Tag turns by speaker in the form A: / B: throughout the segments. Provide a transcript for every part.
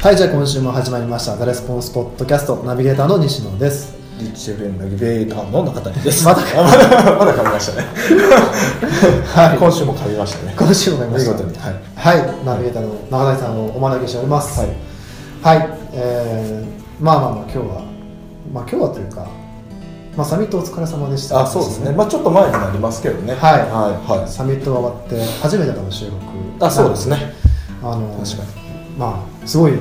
A: はいじゃあ今週も始まりました「ザレスポンスポッドキャスト」ナビゲーターの西野です
B: リッチフレンのリベーターの中谷です。
A: ま だ
B: あまだまだ噛みました ね。
A: はい
B: 今週も噛みましたね。
A: 今週もなりました
B: 見事にはい
A: はい、ナビゲーターの中谷さんをお招きしております
B: はい
A: はいえーまあまあまあ今日はまあ今日はというかまあサミットお疲れ様でした
B: あ、そうですね。まあちょっと前になりますけどね。
A: はい
B: はいはい。
A: サミットが終わって初めての収録
B: あ、そうですね。
A: あの
B: 確か
A: まあすごいね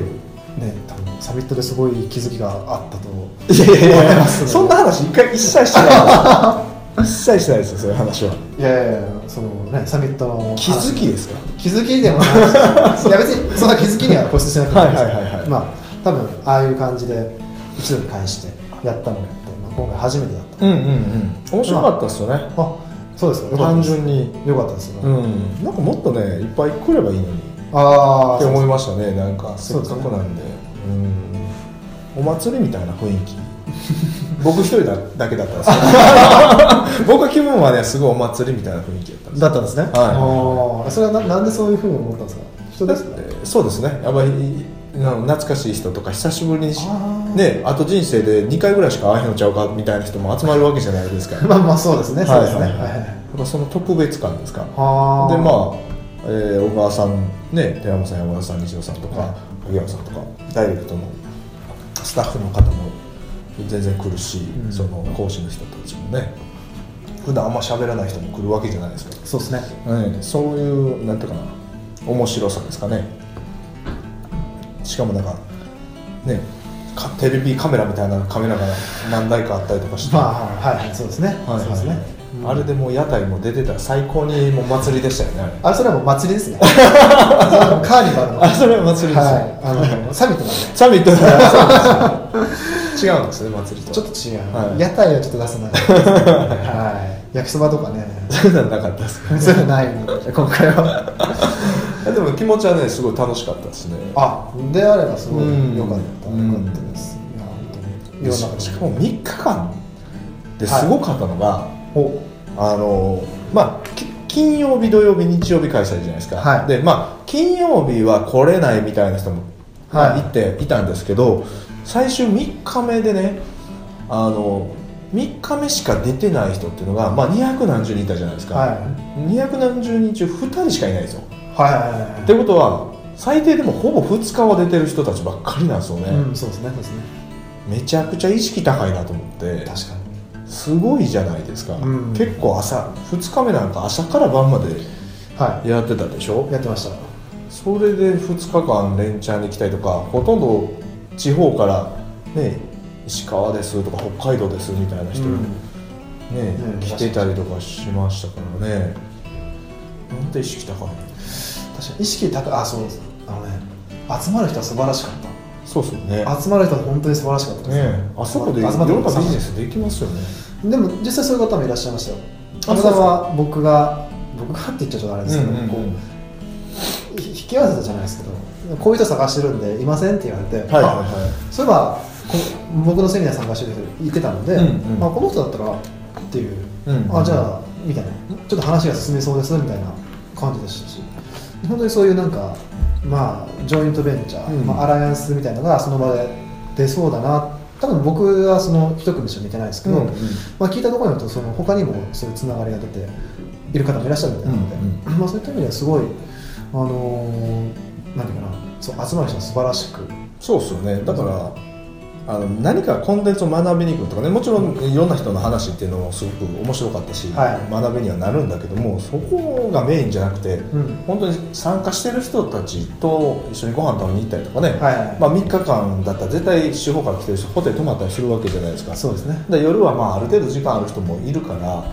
A: 多分サミットですごい気づきがあったと
B: いやいや
A: 思
B: い
A: いま
B: や、
A: す
B: そんな話一回一切してない。 一切してないですよ。そういう話は。
A: いやいやいやそのねサミットの
B: 気づきですか。
A: 気づきで もないしいや別にそんな気づきには固執しなくてもいいです
B: はいはいはいはい
A: まあ多分ああいう感じで一度に返してやったのって、まあ、今回初めてだった
B: うんうんうん。面白かったですよね。
A: あそうですかよかった
B: 単
A: です
B: 純に。
A: よかったですよ、
B: うん。なんかもっとね、いっぱい来ればいいのに。
A: ああ
B: って思いましたね。なんかせ
A: そ
B: っ
A: うです
B: か
A: ね
B: くなんで。うん。お祭りみたいな雰囲気。 僕一人だだけだったんですけど 僕は気分はねすごいお祭りみたいな雰囲気だったんです
A: だったんですね、
B: はい
A: あーそれはななんでそういうふうに思ったんですか人ですか
B: えーそうですねやばいな懐かしい人とか久しぶりにし
A: あー
B: ねあと人生で2回ぐらいしか会えへんのちゃうかみたいな人も集まるわけじゃないですか
A: まあまあ そうですねそうですね
B: は
A: はいい
B: はい
A: は
B: は
A: い
B: いだからその特別感ですか
A: は
B: で
A: ー
B: まあ、えー小川さんね寺山さん山田さん西野さんと
A: は
B: か萩原さんとかダイレクトのスタッフの方も全然来るし、
A: うん
B: その講師の人たちもね普段あんま喋らない人も来るわけじゃないですか、
A: そうですね
B: ね、そういうなんていうかな面白さですかねしかもなんかねかテレビカメラみたいなカメラが何台かあったりとかして、
A: まあはいはいそうですね
B: はい
A: そうですね、うん
B: あれでもう屋台も出てたら最高にもう祭りでしたよねあ
A: あ
B: れ
A: れそれはもう祭りです ねそれはもうカーニバルの
B: あそれは祭りですよ、
A: はい、あのサミットなんで
B: サミット違うんですね祭りと
A: ちょっと違う、
B: はい
A: 屋台はちょっと出せ ない、はい、焼きそばとかね
B: そういうのはなかったです
A: そういうのないんで 今回は
B: でも気持ちはねすごい楽しかったですね
A: あであればすご
B: うん
A: い良かった
B: うん
A: 良かったですいや本当に
B: で
A: 世
B: し
A: の中
B: しかも3日間ですごかったのが、
A: お
B: あのまあき金曜日土曜日日曜日開催じゃないですか、
A: はい
B: でまあ金曜日は来れないみたいな人も、まあ
A: はい
B: い、ていたんですけど最終3日目でねあの3日目しか出てない人っていうのが、まあ、200何十人いたじゃないですか、
A: は
B: 200何十人中2人しかいないんですよ
A: はいはい
B: ってことは最低でもほぼ2日は出てる人たちばっかりなんですよね、
A: うんそうですねそうですね
B: めちゃくちゃ意識高いなと思っ
A: 確
B: て
A: かに
B: すごいじゃないですか、
A: うん
B: 結構朝2日目なんか朝から晩まで
A: は
B: やってたでしょ
A: いやってました
B: それで2日間連チャンに来たりとかほとんど地方からね石川ですとか北海道ですみたいな人、
A: うん
B: ね、
A: うん
B: 来てたりとかしましたからねなんて意識高
A: 確
B: いの
A: かに意識高いあそうですあのね集まる人は素晴らしかっ
B: そうそうね
A: た集まる人は本当に素晴らしかったです、
B: ねあそこでいろ
A: 集まって
B: ん
A: くだ
B: な
A: さい
B: ビジネスできますよね
A: でも実際そういう方もいらっしゃいましたよた
B: あ
A: ま
B: そ
A: た
B: うです
A: ま僕が僕がって言っちゃちょっとあれですけど、こうひ引き合わせたじゃないですけどこういう人探してるんでいませんって言われて、
B: はいはい
A: あ
B: は
A: そういえばこ僕のセミナー参加してる人言ってたので、
B: うんうん
A: まあ、この人だったらっていう、
B: うん
A: あじゃあみたいなちょっと話が進めそうですみたいな感じでしたし本当にそういうなんかまあジョイントベンチャー、
B: うん
A: まあ、アライアンスみたいなのがその場で出そうだな多分僕はその一組しか見てないですけど、
B: うんうん
A: まあ、聞いたところによるとその他にもそういうつながりが出ている方もいらっしゃるみたいなので、
B: う
A: まあ、そういった意味ではすごい、あのーなんていうかなそう集まる人は素晴らしく
B: そうですよねだからあの何かコンテンツを学びに行くとかねもちろんいろんな人の話っていうのもすごく面白かったし、
A: はい
B: 学びにはなるんだけどもそこがメインじゃなくて、
A: ん
B: 本当に参加してる人たちと一緒にご飯食べに行ったりとかね、
A: はいはい
B: まあ、3日間だったら絶対地方から来てる人ホテル泊まったりするわけじゃないですか
A: そうですね
B: で夜はまあある程度時間ある人もいるから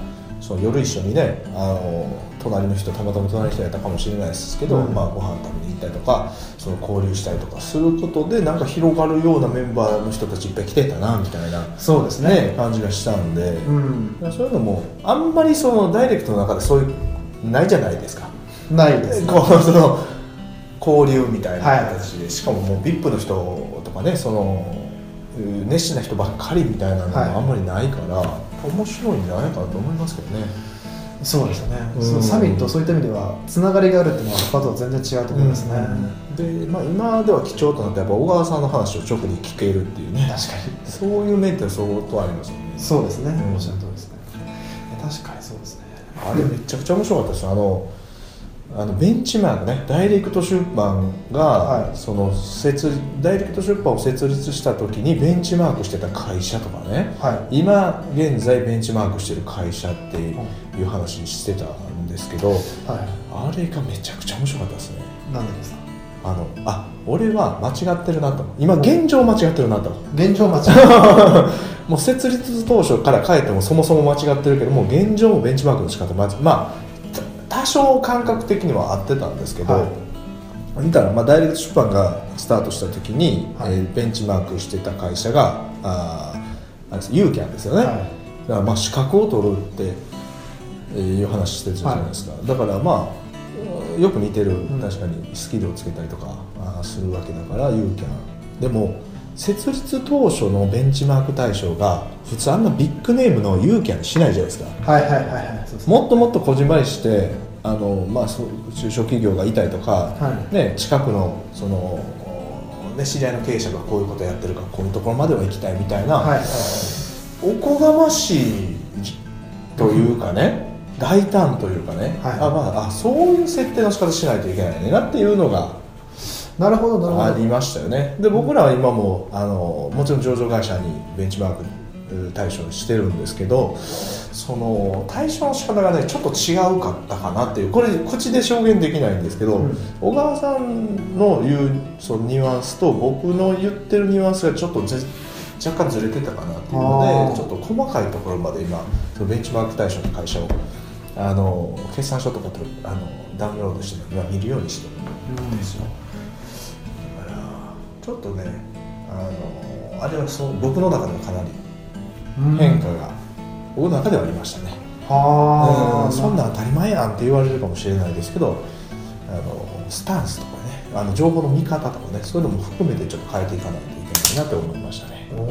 B: その夜一緒にねあの隣の人たまたま隣の人やったかもしれないですけど、
A: うん
B: まあ、ご飯食べに行ったりとかその交流したりとかすることでなんか広がるようなメンバーの人たちいっぱい来てたなみたいな、
A: そうですね
B: ね、感じがしたんで、
A: うん
B: そういうのもあんまりそのダイレクトの中でそういうないじゃないですか。
A: ないです
B: こうそ の交流みたいな形で、しかももう VIP の人とかねそのうん熱心な人ばっかりみたいなの
A: はい
B: もあんまりないから、面白いんじゃないかなと思いますけどね
A: そうですよね、
B: うん
A: そのサミットそういった意味ではつながりがあるっていうのは他とは全然違うと思いますね、
B: で、まあ、今では貴重となってやっぱ小川さんの話を直に聞けるっていうね
A: 確かに
B: そういう面って相当ありますよね
A: そうですね、
B: うん
A: おっしゃる通りですねいや確かにそうですね
B: あれめちゃくちゃ面白かったですよあのあのベンチマンがねダイレクト出版が、
A: はい
B: その設ダイレクト出版を設立した時にベンチマークしてた会社とかね
A: は
B: 今現在ベンチマークしてる会社って
A: う
B: いう話にしてたんですけど
A: いは
B: あれがめちゃくちゃ面白かったですね
A: いなんでですか
B: あのあ俺は間違ってるなと今現状間違ってるなと
A: 現状 待ちは
B: もう設立当初から書いてもそもそも間違ってるけどもう現状もベンチマークの仕方まずまあた多少感覚的には合ってたんですけど、
A: は
B: 見たら、まあ、ダイレクト出版がスタートした時に、
A: はい
B: えーベンチマークしてた会社があーあれですユーキャンですよね、
A: は
B: だからまあ資格を取るってえーいう話してるじゃないですか、だからまあよく似てる
A: ん
B: 確かにスキルをつけたりとかあーするわけだからユーキャンでも設立当初のベンチマーク対象が普通あんなビッグネームのユーキャンにしないじゃないですか
A: いはいはいはいそうですね
B: もっともっとこじんまりしてあの、まあ、そう中小企業がいたりとか、
A: はい
B: ね、近くのその、ね、知り合いの経営者がこういうことやってるからこういうところまでは行きたいみたいな、
A: はいはい
B: おこがましいというかね、大胆というかね、
A: はい
B: あまああそういう設定の仕方しないといけないねなっていうのが
A: なるほどなる
B: あ
A: ほ
B: りましたよねで僕らは今もあのもちろん上場会社にベンチマークえー対象にしてるんですけどその対象の仕方がねちょっと違うかったかなっていうこれ口で証言できないんですけど、
A: うん
B: 小川さんの言うそのニュアンスと僕の言ってるニュアンスがちょっとず若干ずれてたかなっていうの
A: あー
B: でちょっと細かいところまで今そのベンチマーク対象の会社をあの決算書とかとあのダウンロードして今見るようにしてる
A: どうん
B: ですよだからちょっとねあのあれはそう僕の中ではかなり
A: うん
B: 変化が、僕の中ではありましたね
A: は
B: う
A: あ
B: んそんなん当たり前やんって言われるかもしれないですけどあのスタンスとかねあの情報の見方とかねそういうのも含めてちょっと変えていかないといけないなって思いましたね
A: お
B: う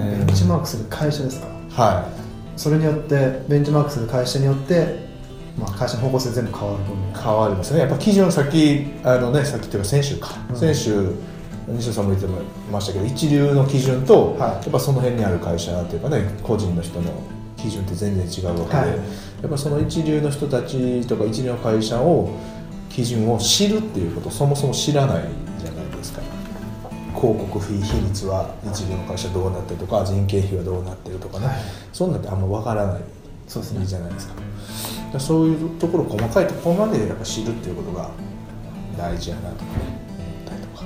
A: ー
B: ん
A: ベンチマークする会社ですか
B: は
A: それによってベンチマークする会社によって、まあ、会社の方向性全部変わると思う
B: い変わりますねやっぱ記事の先あのね先っていうか先週か、
A: うん
B: 先週西野さんも言ってましたけど一流の基準と、
A: はい
B: やっぱその辺にある会社っていうかね個人の人の基準って全然違うわけで、
A: はい
B: やっぱその一流の人たちとか一流の会社を基準を知るっていうことをそもそも知らないじゃないですか広告費比率は一流の会社どうなってるとか人件費はどうなってるとかね、
A: はい
B: そんなんってあんま分からない
A: そうですね
B: じゃないですかだからそういうところ細かいところまでやっぱ知るっていうことが大事やなとかね思ったりとか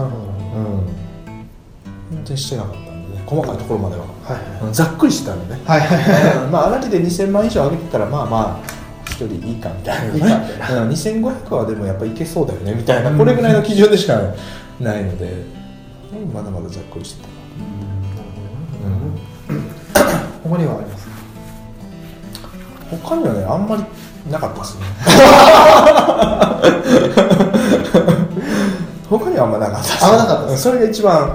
A: なるほどなるほ
B: うん運転してなかったんでね細かいところまでは
A: どはい
B: うんざっくりしてたんでね
A: はいはい
B: うんまあ粗利で2000万以上上げてたらまあまあ一人いいかみたいな、ね、
A: いいかみたい
B: うん2500はでもやっぱいけそうだよねみたいなこれぐらいの基準でしかないので、うんまだまだざっくりしてた
A: 他にはあります
B: 他にはねあんまりなかった ですね他にはあんまなかったです
A: あんまなかったです
B: それが一番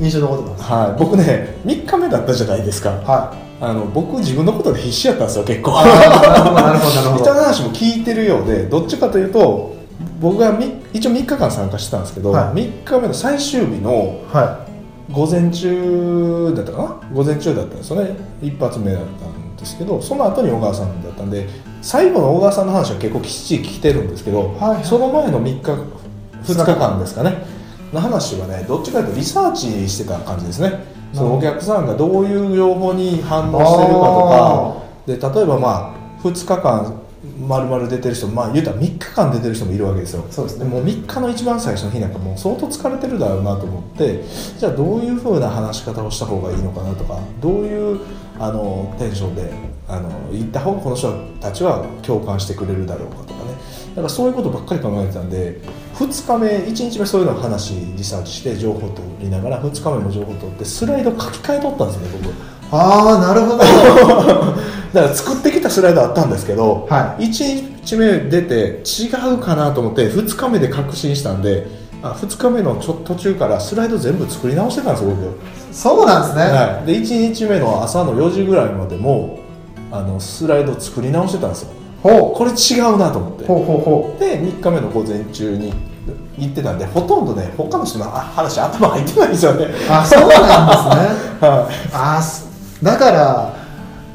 A: 印象のことなんです
B: はい僕ね3日目だったじゃないですか
A: はい
B: あの僕自分のことで必死やったんですよ結構
A: なるほどなるほ
B: 人
A: ど
B: の話も聞いてるようでどっちかというと僕がみ一応3日間参加してたんですけど、
A: はい
B: 3日目の最終日の
A: は
B: 午前中だったかな午前中だったんですよね一発目だったんですけどその後に小川さんだったんで最後の小川さんの話は結構きっちり聞いてるんですけど、
A: はいはい
B: その前の3日2日間ですかねの話はねどっちかというとリサーチしてた感じですねそのお客さんがどういう情報に反応してるかとかで例えばまあ2日間丸々出てる人まあ言うたら3日間出てる人もいるわけですよ
A: そうですね
B: もう3日の一番最初の日なんかもう相当疲れてるだろうなと思ってじゃあどういうふうな話し方をした方がいいのかなとかどういうあのテンションであの言った方がこの人たちは共感してくれるだろうかとかねだからそういうことばっかり考えてたんで2日目1日目そういうのを話リサーチして情報取りながら2日目も情報取ってスライド書き換えとったんですね僕
A: いああなるほど
B: だから作ってきたスライドあったんですけど、
A: は
B: 1日目出て違うかなと思って2日目で確信したんであ2日目のちょ途中からスライド全部作り直してたんです僕、
A: そうなんですね、
B: はい、で1日目の朝の4時ぐらいまでもあのスライドを作り直してたんですよ
A: ほ
B: これ違うなと思って
A: うほうほうほ
B: で3日目の午前中に行ってたんでほとんどね他の人のあ話頭入ってないんですよね
A: うあそうなんですね
B: は
A: あすだから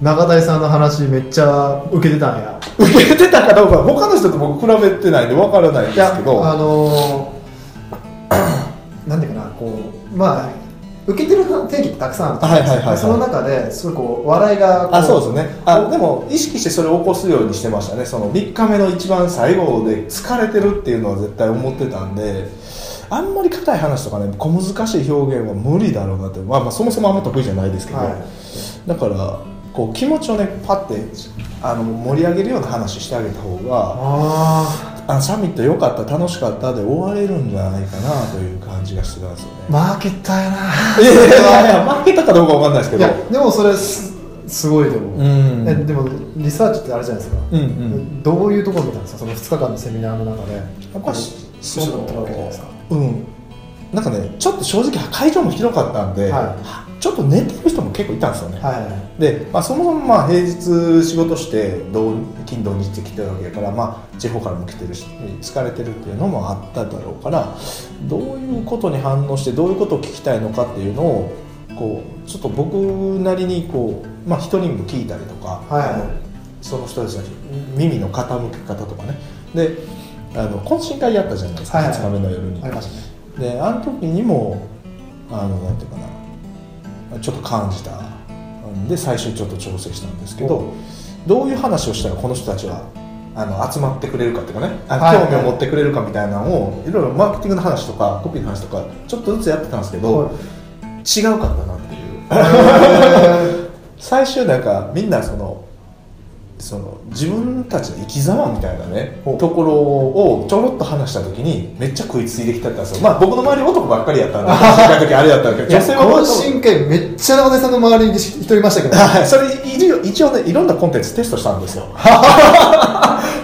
A: 中谷さんの話めっちゃ受けてたんや
B: い受けてたかどうか他の人と僕比べてないんでわからないん
A: い
B: で
A: や
B: すけど
A: あのー なんていうかなこうまあ受けてる定義ってたくさんあると思うんですよ
B: はいはいはいはい
A: その中ですごいこう笑いがこ
B: あそうですねあでも意識してそれを起こすようにしてましたねその3日目の一番最後で疲れてるっていうのは絶対思ってたんであんまり硬い話とかね小難しい表現は無理だろうなって、まあ、まあそもそもあんま得意じゃないですけど、
A: は
B: だからこう気持ちをねパッてあの盛り上げるような話してあげた方が
A: あ
B: あサミット良かった楽しかったで終われるんじゃないかなという感じがしてたんですよね
A: あ、マーケッターやない
B: やいやいやいや負けたかどうかわかんないですけ
A: い
B: ど
A: やでもそれすすごいでも、
B: うん
A: えでもリサーチってあれじゃないですか、
B: うんうん
A: どういうところ見たんですかその2日間のセミナーの中で
B: やっぱし
A: そ
B: そう
A: うだったわけじゃないですか
B: うんなんかねちょっと正直会場も広かったんで、
A: は
B: ちょっと寝てる人も結構いたんですよね、
A: は
B: で、まあ、そもそもまあ平日仕事して土金土日って来てるわけだから、まあ、地方からも来てるし疲れてるっていうのもあっただろうからどういうことに反応してどういうことを聞きたいのかっていうのをこうちょっと僕なりにこう、まあ、人にも聞いたりとか、
A: はい
B: あのその人たちの耳の傾け方とかねであの懇親会やったじゃないですか、
A: はいはい
B: 2日目の夜に
A: いありましたね
B: であの時にもあのなんていうかなちょっと感じたんで最終ちょっと調整したんですけどどういう話をしたらこの人たちはあの集まってくれるかっていうかねあ
A: はい
B: 興味を持ってくれるかみたいなのをいろいろマーケティングの話とかコピーの話とかちょっとずつやってたんですけど
A: はい
B: 違うかったなっていう最終なんかみんなそのその自分たちの生き様みたいなね
A: ほう
B: ところをちょろっと話した時にめっちゃ食いついてきたんですよまあ僕の周り男ばっかりやった んで私がいた時あれやったんですけど
A: 女
B: 女性
A: 性懇
B: は
A: 親会めっちゃ中谷さんの周りに人いましたけど
B: はい それいるよ一応ねいろんなコンテンツテストしたんですよ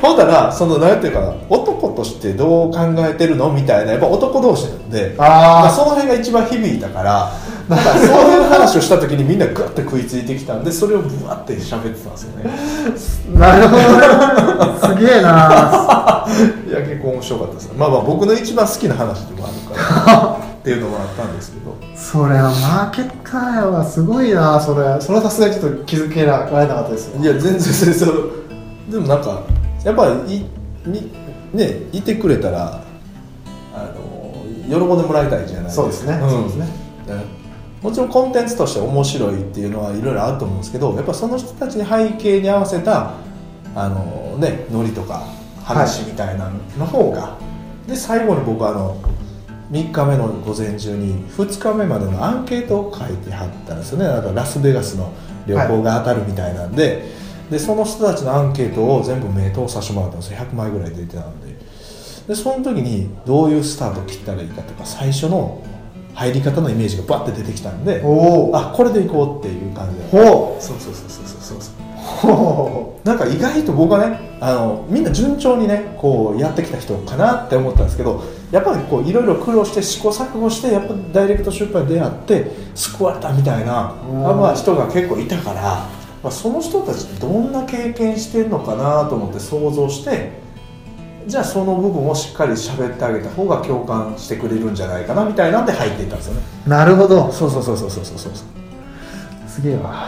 B: ほんだらそのなんていうかな男としてどう考えてるのみたいなやっぱ男同士なんでまあ
A: あ
B: その辺が一番響いたからなんかそういう話をした時にみんなグッて食いついてきたんでそれをぶわって喋ってたんですよね
A: あなるほどすげえない
B: や結構面白かったですまあまあ僕の一番好きな話でもあるからっていうのもあったんですけど
A: それはマーケッターやわすごいなそれそれはさすがにちょっと気づけられなかったですよ
B: いや全然全然そうでもなんかやっぱりいにねいてくれたらあの喜んでもらいたいじゃないです
A: そ
B: か
A: うですね、
B: ん
A: そうですね
B: ねもちろんコンテンツとして面白いっていうのはいろいろあると思うんですけどやっぱその人たちに背景に合わせたあのねノリとか話みたいなの方が、で最後に僕あの3日目の午前中に2日目までのアンケートを書いてはったんですよねなんかラスベガスの旅行が当たるみたいなんで,、でその人たちのアンケートを全部名答させてもらったんですよ100枚ぐらい出てたんででその時にどういうスタート切ったらいいかとか最初の入り方のイメージがバッて出てきたんで
A: おお
B: あこれでいこうっていう感じで
A: ほう
B: そうそうそうそうそうそう
A: ほ
B: なんか意外と僕はねあのみんな順調にねこうやってきた人かなって思ったんですけどやっぱりこういろいろ苦労して試行錯誤してやっぱダイレクト出版に出会って救われたみたいな、
A: うん
B: まあ、人が結構いたから、まあ、その人たちどんな経験してんのかなと思って想像してじゃあその部分をしっかり喋ってあげた方が共感してくれるんじゃないかなみたいなんで入っていったんですよね。
A: うなるほど
B: そうそうそうそうそうそうそうそう
A: すげえわ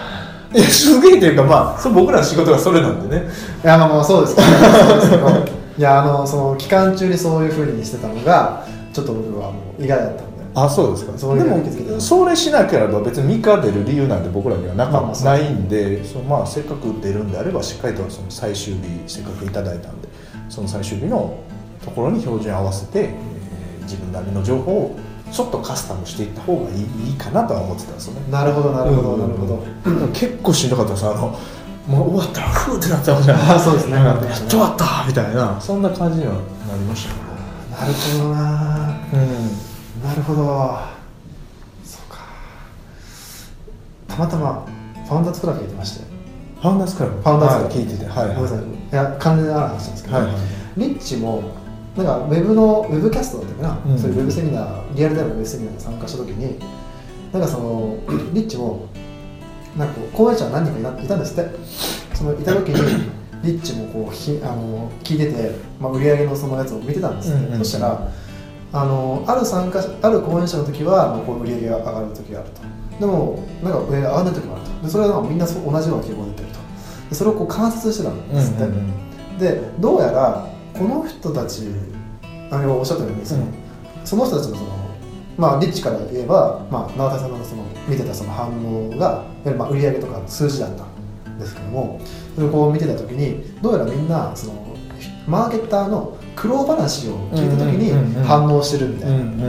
B: いやすげえというかまあそう僕らの仕事がそれなんでね
A: いやまあまあそうですけどそうですけどいやあのその期間中にそういうふうにしてたのがちょっと僕はもう意外だったんで
B: あそうですか
A: それ
B: で
A: が
B: も
A: 受け付けてない
B: それしなければ別に3日出る理由なんて僕らにはなか
A: まあまあそう
B: ないんでそのまあせっかく出るんであればしっかりとその最終日せっかくいただいたんでその最終日のところに標準合わせて、えー自分なりの情報をちょっとカスタムしていった方がいいいいかなとは思ってたんですよね
A: なるほどなるほど
B: うん
A: なるほど
B: 結構しんどかったですあのもう終わったらフーってなったもんじゃない
A: あそうですね
B: やっと終わったみたいなそんな感じにはなりましたけ
A: なるほどな
B: どうん
A: なるほどそうかたまたまファウンダーズクラブ聞いてまして
B: ファウンダースクラブ
A: ファウンダーズクラブ
B: はい聞いててはいは
A: ごめんなさい
B: い
A: いや関連の話なんですけど、
B: はいはい
A: リッチもなんかウェブのウェブキャストだったかな、
B: うん
A: そういうウェブセミナーリアルタイムのウェブセミナーに参加した時に なんかそのリッチもなんかこう講演者が何人かいないたんですってそのいた時 にリッチもこうひあの聞いてて、まあ、売り上げのそのやつを見てたんですね、
B: うんうん
A: そしたらあのある参加者ある講演者の時はもうこう売り上げが上がる時があるとでもなんか売り上げが上がらない時もあるとでそれはなんかみんなそう同じような傾向で出てるとでそれをこう観察してたんですって、でどうやらこの人たちあれはおっしゃったようにその、
B: うん
A: その人たちのそのまあリッチから言えば、まあ、永田さんのその見てたその反応がいわゆるまあ売り上げとかの数字だったんですけどもそれをこう見てた時にどうやらみんなそのマーケッターの苦労話を聞いた時
B: うんうんうんう
A: に
B: ん
A: 反応してるみたいな、
B: うん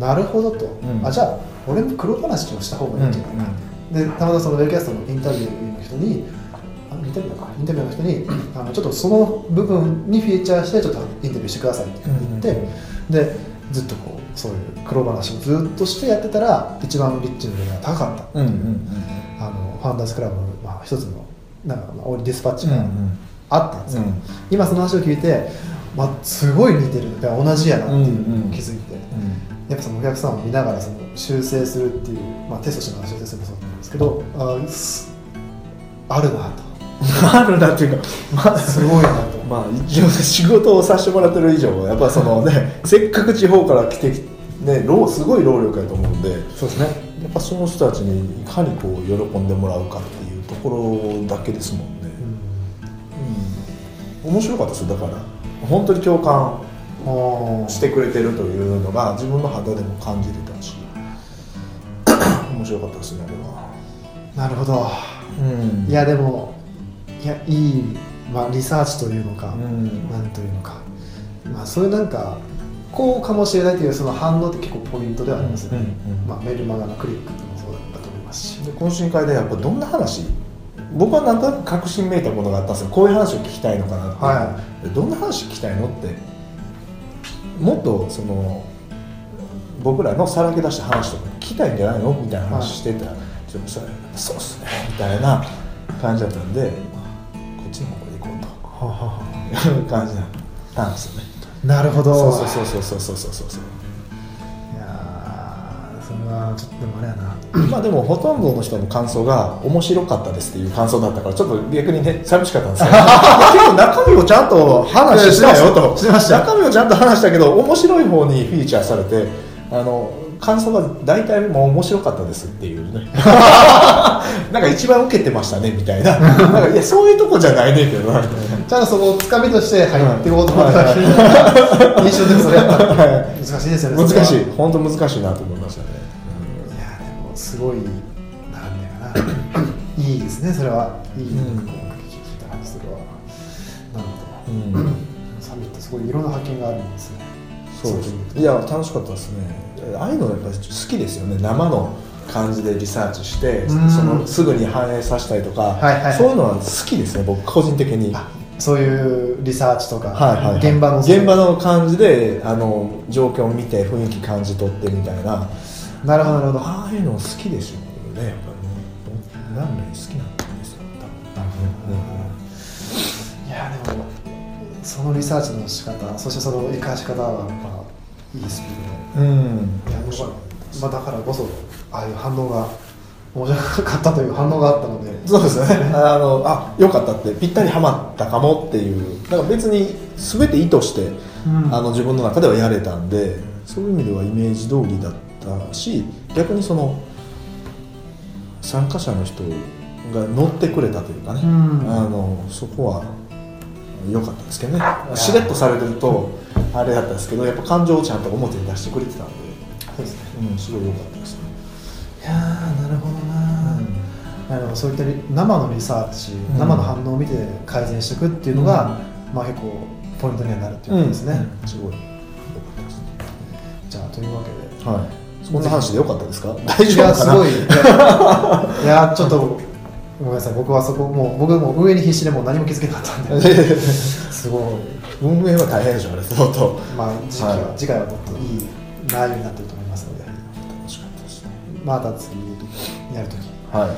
A: なるほどと、
B: うん
A: あじゃあ俺も苦労話をした方がいいんじゃないか、でたまたまそのウェブキャストのインタビューの人にあインタビューかインタビューの人にあのちょっとその部分にフィーチャーしてちょっとインタビューしてくださいって言って、
B: うんうん
A: でずっとこうそういう苦労話をずっとしてやってたら一番リッチの量が高かった、
B: うんうん
A: あのファウンダーズクラブの、まあ、一つのなんかまあオールディスパッチ
B: うんうん
A: があったんですよ、
B: うん
A: 今その話を聞いて、まあ、すごい似てるだから同じやなっていうのに気づいて。やっぱそのお客さんを見ながらその修正するっていう、まあ、テストしながら修正するのもそうなんですけどあすあるなと
B: あるなっていうかまあ
A: すごいなと
B: まあ一応仕事をさせてもらってる以上はやっぱそのねせっかく地方から来てね労すごい労力やと思うんでや
A: そうですね
B: っぱその人たちにいかにこう喜んでもらうかっていうところだけですもんね、面白かったですよだから本当に共感
A: うんあ
B: してくれてるというのが自分の肌でも感じれたし 面白かったですねあれは
A: あなるほど
B: うん
A: いやでもいやいい、まあ、リサーチというのか、
B: うん
A: なんというのか、まあ、そういうなんかこうかもしれないというその反応って結構ポイントではありますよね、
B: うんうん
A: まあ、メルマガのクリックもそうだったと思いますし
B: で懇親会でやっぱどんな話僕はなんとなく確信めいたものがあったんですよこういう話を聞きたいのかなって、
A: は
B: でどんな話聞きたいのってもっとその僕らのさらけ出した話とか聞きたいんじゃないのみたいな話してたら、ちょっとそれそうっすねみたいな感じだったんでこっちの方向で行こうという感じだったんですよね
A: なるほど
B: そうそうそうそうそうそうそうそう
A: いやーそれはちょっとでもあれやな
B: まあでもほとんどの人の感想が面白かったですっていう感想だったからちょっと逆にね寂しかったん ですけど結構中身をちゃんと話したよと
A: してました
B: 中身をちゃんと話したけど面白い方にフィーチャーされてあの感想が大体もう面白かったですっていうね なんか一番受けてましたねみたいななんかいやそういうとこじゃないねんけどなみたいな
A: ちゃんとそのつかみとして入っていこうと思ったら、
B: は い
A: 印象的それやったら
B: は
A: 難しいですよね
B: 難しい
A: それ
B: 本当難しいなと思いましたね、
A: はいやでもすごいなんだよないいですねそれはいい、
B: うん
A: こう聞いた感じするわなるほど、
B: うんうん
A: サミットすごいいろんな発見があるんですね
B: そうです
A: そう
B: いや楽しかったですねああいうのやっぱり好きですよね生の感じでリサーチして
A: うん
B: そのすぐに反映させたりとか、
A: はいはい
B: そういうのは好きですね僕個人的に、
A: あそういうリサーチとか、
B: はいはいはい
A: 現場の
B: 現場の感じであの状況を見て雰囲気感じ取ってみたいな
A: なるほどなるほど
B: ああいうの好きですよねやっぱりね何類好きなんですよ多分
A: なるほどないやでもそのリサーチの仕方そしてその生かし方はやっぱいいスピードで
B: うん
A: いや僕はまあ、だからこそああいう反応が面白かったという反応があったので
B: そうですねあのあよかったってぴったりはまったかもっていうだから別に全て意図して、
A: うん
B: あの自分の中ではやれたんでそういう意味ではイメージ通りだったし逆にその参加者の人が乗ってくれたというかね、
A: うん
B: あのそこは良かったですけどねしれっとされてるとあれだったんですけどやっぱ感情をちゃんと表に出してくれてたんで、
A: そうですね
B: うん、すごい良かったですね。
A: いやーなるほどなー、あのそういったり生のリサーチ
B: ん
A: 生の反応を見て改善していくっていうのが、まあ、結構ポイントにはなるっていうことですね、
B: うんすごい良かったですね
A: じゃあというわけで
B: はい。そんな話でよかったですか？大
A: い
B: 丈
A: や
B: 夫か
A: す
B: な？
A: ごいいやいやちょっとごめんなさい僕はそこもう僕もう上に必死でもう何も気づけなかったんですごい
B: 運営は大変でしょあれ相当。楽
A: まあ次回は、
B: はい
A: 次回はもっといい内容になってると思いますので
B: しかったですね。
A: また次やるとき
B: はい。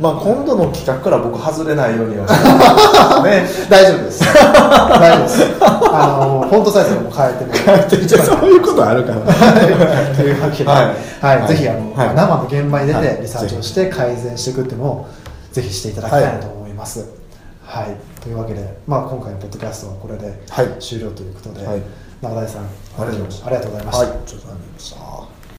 B: まあ今度の企画から僕外れないようには してね。
A: 大丈夫です 大丈夫ですあのフォントサイズも変えても
B: 帰ってきてそういうことあるかな。
A: はいというわけで、
B: はい
A: はい
B: はい
A: ぜひあの、
B: はい
A: 生の現場に出
B: は
A: て
B: い
A: リサーチをして改善していくっていうのをぜひしていただきたいなと思いいます。はい、というわけで、まあ、今回のポッドキャストはこれで
B: はい
A: 終了ということで、
B: はい
A: 中谷さん
B: ありがとうございました
A: ありがとうございました。
B: ちょっとありがとうございました